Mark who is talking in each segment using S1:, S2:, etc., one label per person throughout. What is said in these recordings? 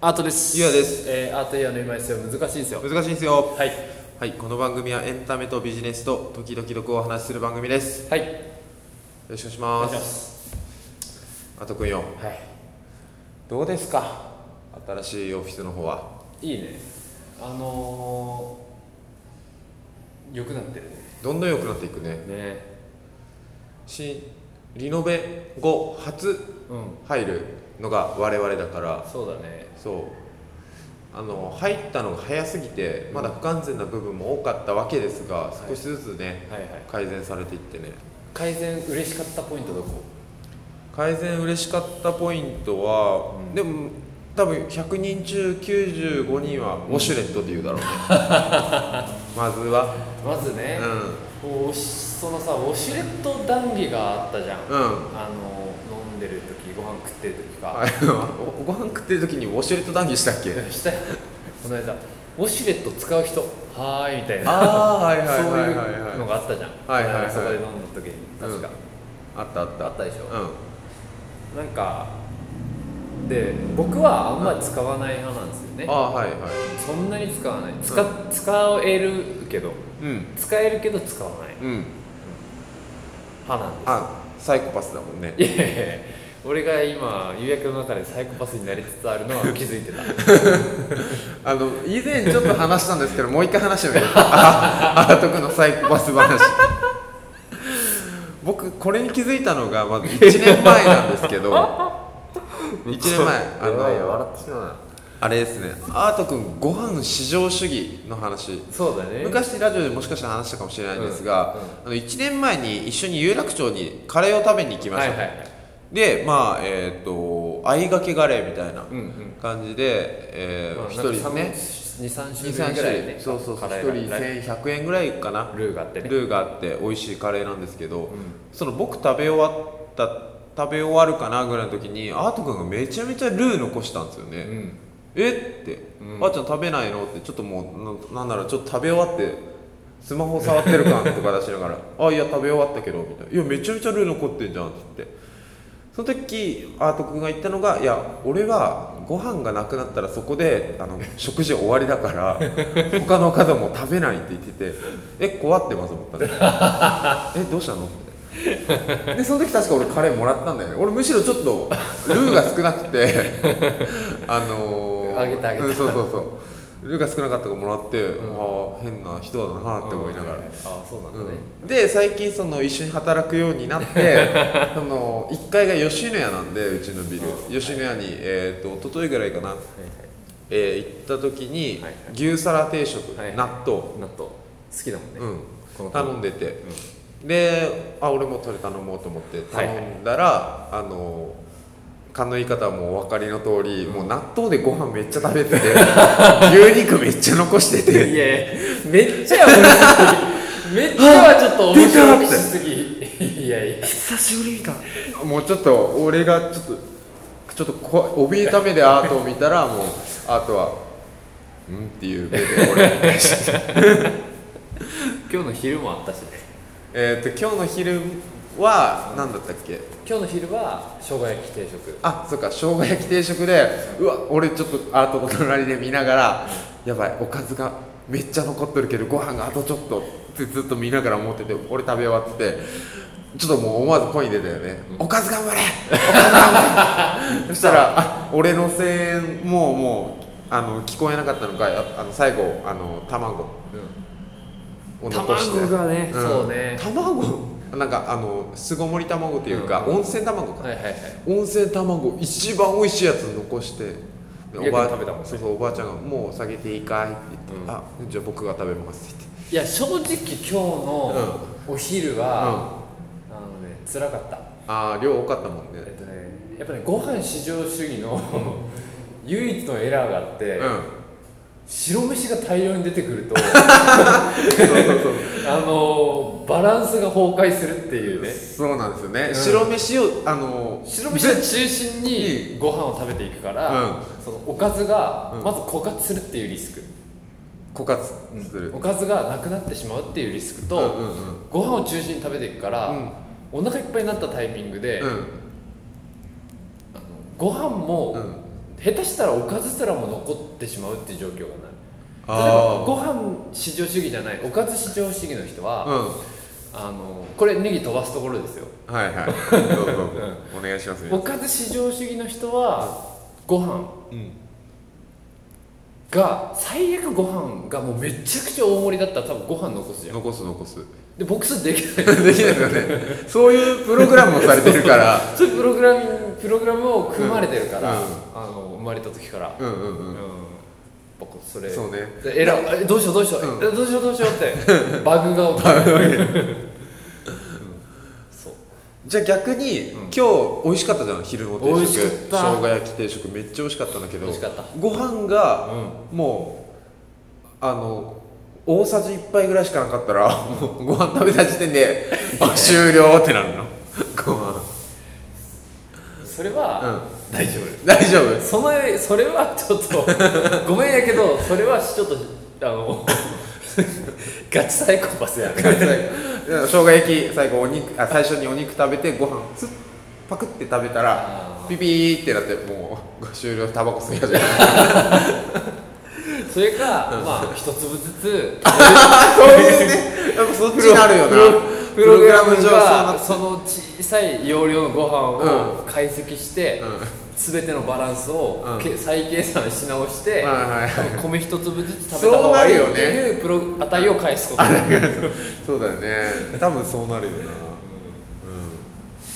S1: アートです
S2: ゆうやです、
S1: えー、アートイヤーの今ですよ難しいんですよ
S2: 難しいんですよ
S1: はい
S2: はいこの番組はエンタメとビジネスと時々毒をお話しする番組ですよ
S1: はい
S2: ろしくお願
S1: お願い
S2: いします
S1: します
S2: あとくんよ
S1: は
S2: どうですか新しいオフィスの方はい
S1: いいねあのー、よくなってるね
S2: どんどん良くなっていくね
S1: ね
S2: 新リノベ後初
S1: うん
S2: 入るのが我々だから
S1: そうだね
S2: そうあの入ったのが早すぎてまだ不完全な部分も多かったわけですが
S1: い
S2: 少しずつね
S1: はいはい
S2: 改善されていってね
S1: 改善嬉しかったポイントどこ
S2: 改善嬉しかったポイントは、
S1: うん
S2: でも多分100人中95人はウォシュレットで言うだろう ね、まずは
S1: まずね、こうそのさウォシュレット談義があったじゃん、
S2: うんうん
S1: あのー飲んでる時ご飯食ってる時か、
S2: あおご飯食ってる時にウォシュレット談義したっけ
S1: したよこの間ウォシュレット使う人はーいみたいな
S2: ああはいはい
S1: そう
S2: はいいはいは
S1: う
S2: い
S1: のがあったじゃん、
S2: はいはいはい
S1: そこで飲んだ時に確か、
S2: あったあった
S1: あったでしょ
S2: うん
S1: なんかで僕はあんまり使わない派なんですよね
S2: ああはいはい
S1: そんなに使わない使,、使えるけど
S2: うん
S1: 使えるけど使わない
S2: うん
S1: 派なんです
S2: あサイコパスだもんね
S1: いやいやいや俺が今夕焼けの中でサイコパスになりつつあるのは気づい てた
S2: あの以前ちょっと話したんですけどもう一回話してみようあアート君のサイコパス話僕これに気づいたのがまず1年前なんですけど1 年前あの
S1: ってしまうな
S2: あれですねアート君ご飯至上主義の話
S1: そうだね
S2: 昔ラジオでもしかしたら話したかもしれないんですが
S1: うんうん、
S2: あの1年前に一緒に有楽町にカレーを食べに行きま
S1: は
S2: し
S1: い
S2: た、
S1: はいはい
S2: でまあえっ、と相掛けカレーみたいな
S1: うんうん
S2: 感じで、えー
S1: まあ
S2: 一人ですね
S1: 23種
S2: 2
S1: 類
S2: 3
S1: ぐ
S2: 種
S1: ら
S2: 類、
S1: いね
S2: そうそうそう
S1: 辛
S2: 1
S1: い
S2: 人
S1: のが
S2: 1100円ぐらいかな
S1: ルーがあってね
S2: ルーがあって美味しいカレーなんですけど、
S1: うん
S2: その僕食べ終わった食べ終わるかなぐらいの時にアート君がめちゃめちゃルー残したんですよね、
S1: うん
S2: えって、
S1: う
S2: あっちゃん食べないのってちょっともうななんならちょっと食べ終わってスマホ触ってる感とか出しながら 「あいや食べ終わったけど」みたいな「いやめちゃめちゃルー残ってんじゃん」って言ってその時アート君が言ったのが「いや俺はご飯がなくなったらそこであの食事終わりだから 他のおかずはもう食べない」って言ってて「え怖ってます」思 ったね「えどうしたの?」ってでその時確か俺カレーもらったんだよね俺むしろちょっとルーが少なくて あのー、
S1: あげたあげた
S2: うんそうそうそうルーが少なかったからもらって、
S1: ん
S2: ああ変な人だなって思いながら、
S1: ああそうなんだ
S2: う
S1: ね
S2: んで最近その一緒に働くようになって その1階が吉野家なんでうちのビル、吉野家に、えー、と一昨日ぐらいかな、えー行った時に、
S1: はいはい
S2: 牛皿定食、
S1: はいはい
S2: 納豆、
S1: 納豆好きだもんね
S2: うん
S1: この
S2: 頼んでて、であ俺もそれ頼もうと思って
S1: はい
S2: 頼んだら、あの勘の言い方はもうお分かりの通り、もう納豆でご飯めっちゃ食べてて 牛肉めっちゃ残して
S1: いやい
S2: て
S1: やめっちゃ面白いめっちゃはちょっと面白くしすぎいや いや
S2: 久しぶりか もうちょっと俺がちょっとちょっとこ怯えた目でアートを見た らもうアートは「うん?」っていう目で俺に対して
S1: 今日の昼もあったしね
S2: えっと今日の昼は何だったっけ
S1: 今日の昼は生姜焼き定食
S2: あそっか生姜焼き定食でうわ俺ちょっとアートの隣で見ながらやばいおかずがめっちゃ残ってるけどご飯があとちょっとってずっと見ながら思ってて俺食べ終わっててちょっともう思わず声に出たよね、おかず頑張れおかず頑張 れそしたらあ俺の声援もうもうあの聞こえなかったのかああの最後あの卵を残して
S1: 卵がねそうね
S2: 卵なんかあの巣ごもり卵っていうか、
S1: うん
S2: 温泉卵か、
S1: はいはいはい
S2: 温泉卵一番美味しいやつ残してで
S1: いや
S2: あ
S1: 食べたもんね
S2: そうそうおばあちゃんが「もう下げていいかい?」って言って
S1: う
S2: 「
S1: ん
S2: あじゃあ僕が食べます」って
S1: いや正直今日のお昼はあのね辛かった
S2: 言ってああ量多かったもん
S1: え
S2: ね
S1: っとねやっぱねご飯至上主義の 唯一のエラーがあって、
S2: うん
S1: 白飯が大量に出てくると
S2: そうそうそう
S1: あのバランスが崩壊するっていうね
S2: そうなんですよね、
S1: うん
S2: 白飯をあの
S1: 白飯を中心にご飯を食べていくから、
S2: うん
S1: そのおかずが
S2: うん
S1: まず枯渇するっていうリスク、
S2: 枯渇する、
S1: おかずがなくなってしまうっていうリスク
S2: うん
S1: と、
S2: うんうん
S1: ご飯を中心に食べていくから、
S2: うん
S1: お腹いっぱいになったタイミングで、
S2: うん
S1: ご飯も
S2: うん
S1: 下手したらおかずすらも残ってしまうっていう状況がない例えば
S2: あ
S1: ご飯至上主義じゃないおかず至上主義の人
S2: あ
S1: は、
S2: う
S1: あのこれネギ飛ばすところですよ
S2: んはいはい どうぞどうぞお願いします
S1: お
S2: よ
S1: かず至上主義の人はご飯
S2: うん
S1: が最悪ご飯がもうめちゃくちゃ大盛りだったら多分ご飯残すじゃん
S2: 残す残す
S1: でボックスできない
S2: できないですよねそういうプログラムをされてるから
S1: そういうプログラミングプログラムを組まれてるから、
S2: うんうん
S1: あの生まれた時から、
S2: うんうんう
S1: うんん、僕それ
S2: そうね
S1: でえらえどうしようどうしよう、
S2: うん
S1: えどうしようどうしようって バグが起きる、そう
S2: じゃあ逆に、
S1: うん
S2: 今日美味しかったじゃん昼の定食
S1: 美味しかった
S2: 生姜焼き定食めっちゃ美味しかったんだけど
S1: 美味しかった
S2: ご飯が
S1: う
S2: もうあの大さじ1杯ぐらいしかなかったら もうご飯食べた時 点であ終了ってなるのご飯
S1: んそれは、大丈夫
S2: 大丈 夫
S1: そのそれはちょっ とごめんやけどそれはちょっとあの ガチサイコパスやね
S2: 生姜焼き最後お肉あ最初にお肉食べてご飯つパクって食べたら
S1: あー
S2: ピピーってなってもう終了タバコ吸い始める
S1: それか、まあ一粒ずつ
S2: そういうねやっぱそっちになるよな
S1: プログラム
S2: そうな
S1: がその小さい容量のご飯を解析して、
S2: うん
S1: 全てのバランスを
S2: うん
S1: け再計算し直して、
S2: はいはい
S1: 米一粒ずつ食べた方がいいっていうプロ値を返すこと
S2: そうだよね多分そうなるよな、うん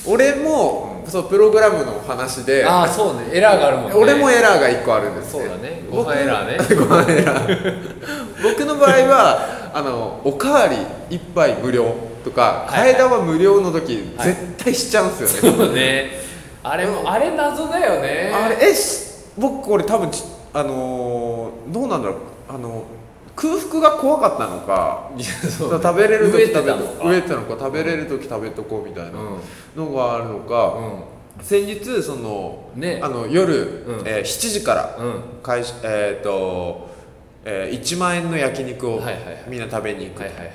S2: 俺も、そうプログラムの話で
S1: ああそうねエラーがあるもんね
S2: 俺もエラーが1個あるんです
S1: そうだねご
S2: 僕
S1: 飯エラーね
S2: ご飯エラー僕の場合は あのおかわり1杯無料とか
S1: はいはい
S2: 替え玉無料の時、
S1: はい
S2: 絶対しちゃうんすよね、
S1: そうねあれもあれ謎だよね
S2: あれえし僕これ多分ちあのーどうなんだろうあの空腹が怖かったのか
S1: いやそう
S2: 食べれる
S1: 植え
S2: 時
S1: て
S2: 食べ
S1: た
S2: と
S1: のか
S2: 植えてたのか食べれる時食べとこうみたいな
S1: う
S2: のがあるのか、
S1: ん
S2: 先日その,、
S1: ね
S2: あの夜、
S1: うん
S2: えー7時から
S1: うん
S2: 開始えっ、と、えー1万円の焼肉を
S1: はいはいはい
S2: みんな食べに行く、
S1: はい
S2: い
S1: はいはい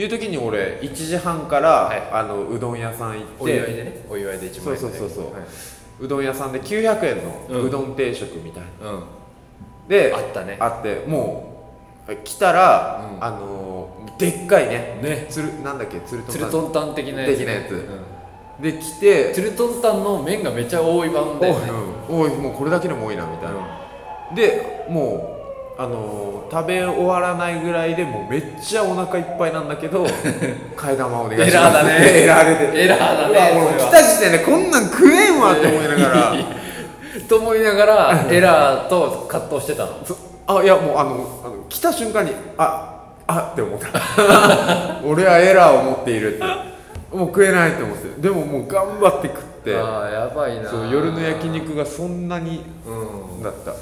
S2: いう時に俺1時半から、
S1: はい
S2: あのうどん屋さん行っ
S1: お祝い
S2: て
S1: でねお祝いで一万円
S2: そうそうそうそう
S1: はいう
S2: どん屋さんで900円の
S1: うん
S2: うどん定食みたいな、
S1: うん
S2: で
S1: あったね
S2: あってもう来たら、
S1: うん
S2: あのーでっかいね
S1: ね
S2: つるなんだっけつると
S1: ツルトンタン的なやつ
S2: 的なやつ
S1: うん
S2: で来て
S1: ツルトンタンの麺がめちゃ多い版
S2: お
S1: で
S2: い、
S1: ね
S2: うんおいもうこれだけでも多いなみたいな、でもうあのー食べ終わらないぐらいでもうめっちゃお腹いっぱいなんだ けど替え玉お願いします
S1: エラーだね
S2: エラー出て
S1: エラーだね
S2: うわ
S1: そ
S2: 俺
S1: れは
S2: 来た時点でこんなん食えんわって思いながら
S1: と思いながらエラーと葛藤してたの
S2: そあいやもうあのあの来た瞬間にああって思った 俺はエラーを持っているってもう食えないって思ってでももう頑張って食って
S1: ああやばいな
S2: そう夜の焼肉がそんなに
S1: うん
S2: だった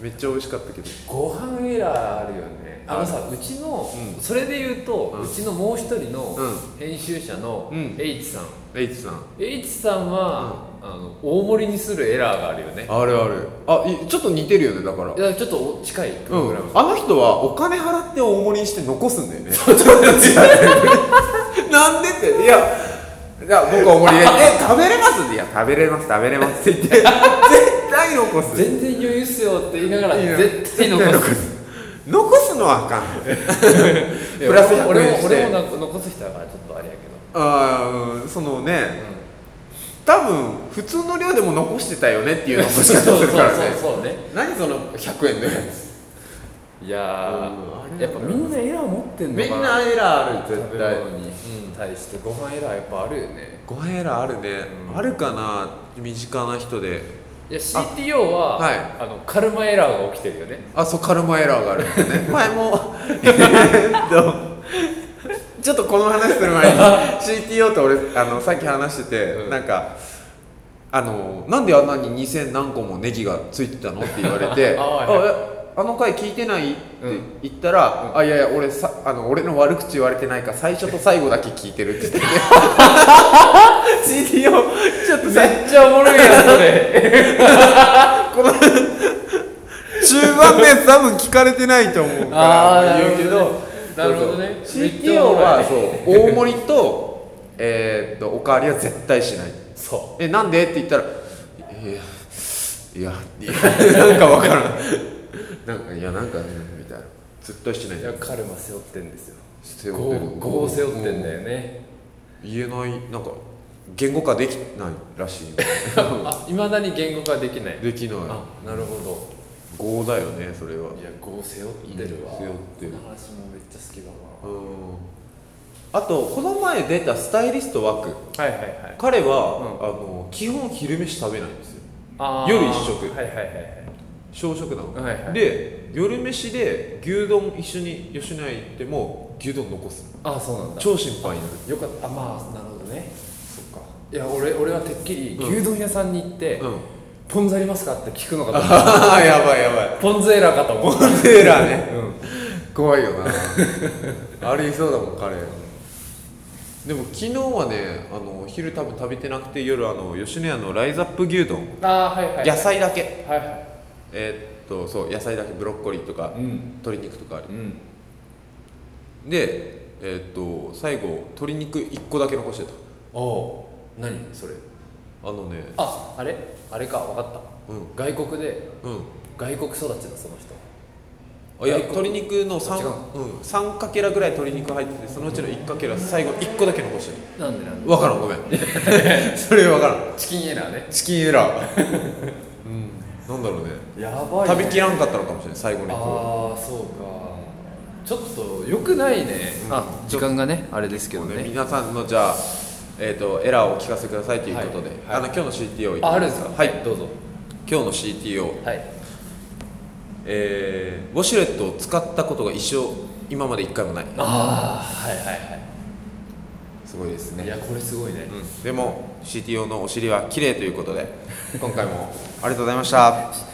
S2: めっちゃ美味しかったけど
S1: ご飯エラーあるよねあのさうちの、
S2: う
S1: それで言うと、
S2: う
S1: うんちのもう一人の
S2: う
S1: 編集者の
S2: うん
S1: H さん、
S2: H さん
S1: H さんは、あの大盛りにするエラーがあるよね
S2: あるあるあいちょっと似てるよねだから
S1: いやちょっと近いプロ
S2: う
S1: グ
S2: ん
S1: ラム、、
S2: あの人はお金払って大盛りにして残すんだよねなんでっていやいや僕は大盛りで「え食べれます?」って「いや食べれます食べれます」って言って絶対残す
S1: 全然余裕っすよって言いながら
S2: いや
S1: 絶対残 す
S2: 残すのはあかん
S1: いや
S2: プラス
S1: 俺も
S2: 100円して
S1: 俺もなんか残す人だからちょっとあれやけど
S2: あーうんそのね多分普通の量でも残してたよねっていう 残し方するからね
S1: そうそうそうそうね
S2: 何その100円のやつ
S1: いや
S2: うん
S1: ーやっぱみんなエラー持ってんの
S2: み
S1: かなん
S2: なエラーある
S1: 食
S2: 絶
S1: べ
S2: 対
S1: 物に対してご飯エラーやっぱあるよね
S2: ご飯エラーあるね、
S1: うん
S2: あるかな身近な人で
S1: いや CTO はあ、
S2: はい
S1: のカルマエラーが起きてるよね
S2: あそうカルマエラーがあるんだ よね前 もえーっとちょっとこの話する 前に CTO と俺あのさっき話してて、
S1: うん
S2: なんかあのなんであんなに2000何個もネギがついてたのって言われ て
S1: あはいはい
S2: えあの回聞いてないって
S1: うん
S2: 言ったら、あいやいや俺さあの俺の悪口言われてないから最初と最後だけ聞いてるって言っ てて CTO ちょっとさ
S1: めっちゃおもろいやんそれ
S2: 中盤のやつ多分聞かれてないと思うから言うけど
S1: なるほどね
S2: そうそう CTO はそう大盛りとえーっとおかわりは絶対しない
S1: そう
S2: えなんでって言ったらいやいやいやなんかわからんなんかいやなんかねみたいなずっとしてない
S1: いやカルマ背負ってんですよ
S2: 背
S1: 業を背負ってんだよね
S2: 言えないなんか言語化できないらしい
S1: あいまだに言語化できない
S2: できない
S1: あなるほ
S2: 業だよねそれは
S1: どいや業を背負ってるわ
S2: うん背負ってる
S1: この話もめっちゃ好きだ
S2: うんあとこの前出たスタイリスト枠
S1: わはいはいはい
S2: 彼は、あの基本昼飯食べないんですよ
S1: あー
S2: 夜一食
S1: はいはいはいはい
S2: 小食なの、
S1: はいはい
S2: で夜飯で牛丼一緒に吉野家行っても牛丼残す
S1: あそうなんだ
S2: 超心配になる
S1: よかったあまあなるほどね
S2: そっか
S1: いや俺俺はてっきり
S2: うん
S1: 牛丼屋さんに行って、
S2: うん
S1: ポン酢ありますかって聞くのかと思っ
S2: ああやばいやばい
S1: たポン酢エラーかと思う
S2: ポンセーラーね
S1: うん
S2: 怖いよ なあれいそうだもん彼でも昨日はねあの昼多分食べてなくて夜あの吉野家のライザップ牛丼
S1: ああーはいはい
S2: 野菜だけ
S1: はいは
S2: えーっとそう野菜だけブロッコリーとか
S1: いうん
S2: 鶏肉とかある
S1: うん
S2: でえーっと最後鶏肉1個だけ残してた
S1: おお何それ
S2: あのね
S1: ああれあれか分かっ
S2: うん
S1: た外国で
S2: うん
S1: 外国育ちだその人
S2: あいや
S1: 大根
S2: 鶏肉の
S1: 違
S2: 3,
S1: う
S2: うん、3かけらぐらい鶏肉入っててそのうちの1かけら最後1個だけ残してる
S1: なんでなんで
S2: 分からんごめんそれ分からん
S1: チキンエラーね
S2: チキン エラーうんなんだろうね
S1: やば
S2: 食べきらんかったのかもしれない最後にこ
S1: ああそうかちょっとよくないね、
S2: うん
S1: あ時間がねあれですけ
S2: う
S1: どね
S2: 皆さんのじゃあ、えー、とエラーを聞かせてくださいということで、
S1: はい
S2: あの今日の CTO いきます
S1: ああるんですか
S2: はい
S1: どうぞ
S2: 今日の CTO、
S1: はい
S2: えー、ウォシュレットを使ったことが一生今まで1回もない
S1: ああはいはい
S2: すごいです
S1: はいい
S2: ね
S1: やこれすごいね
S2: うん、でも CTO のお尻は綺麗ということで今回もありがとうございました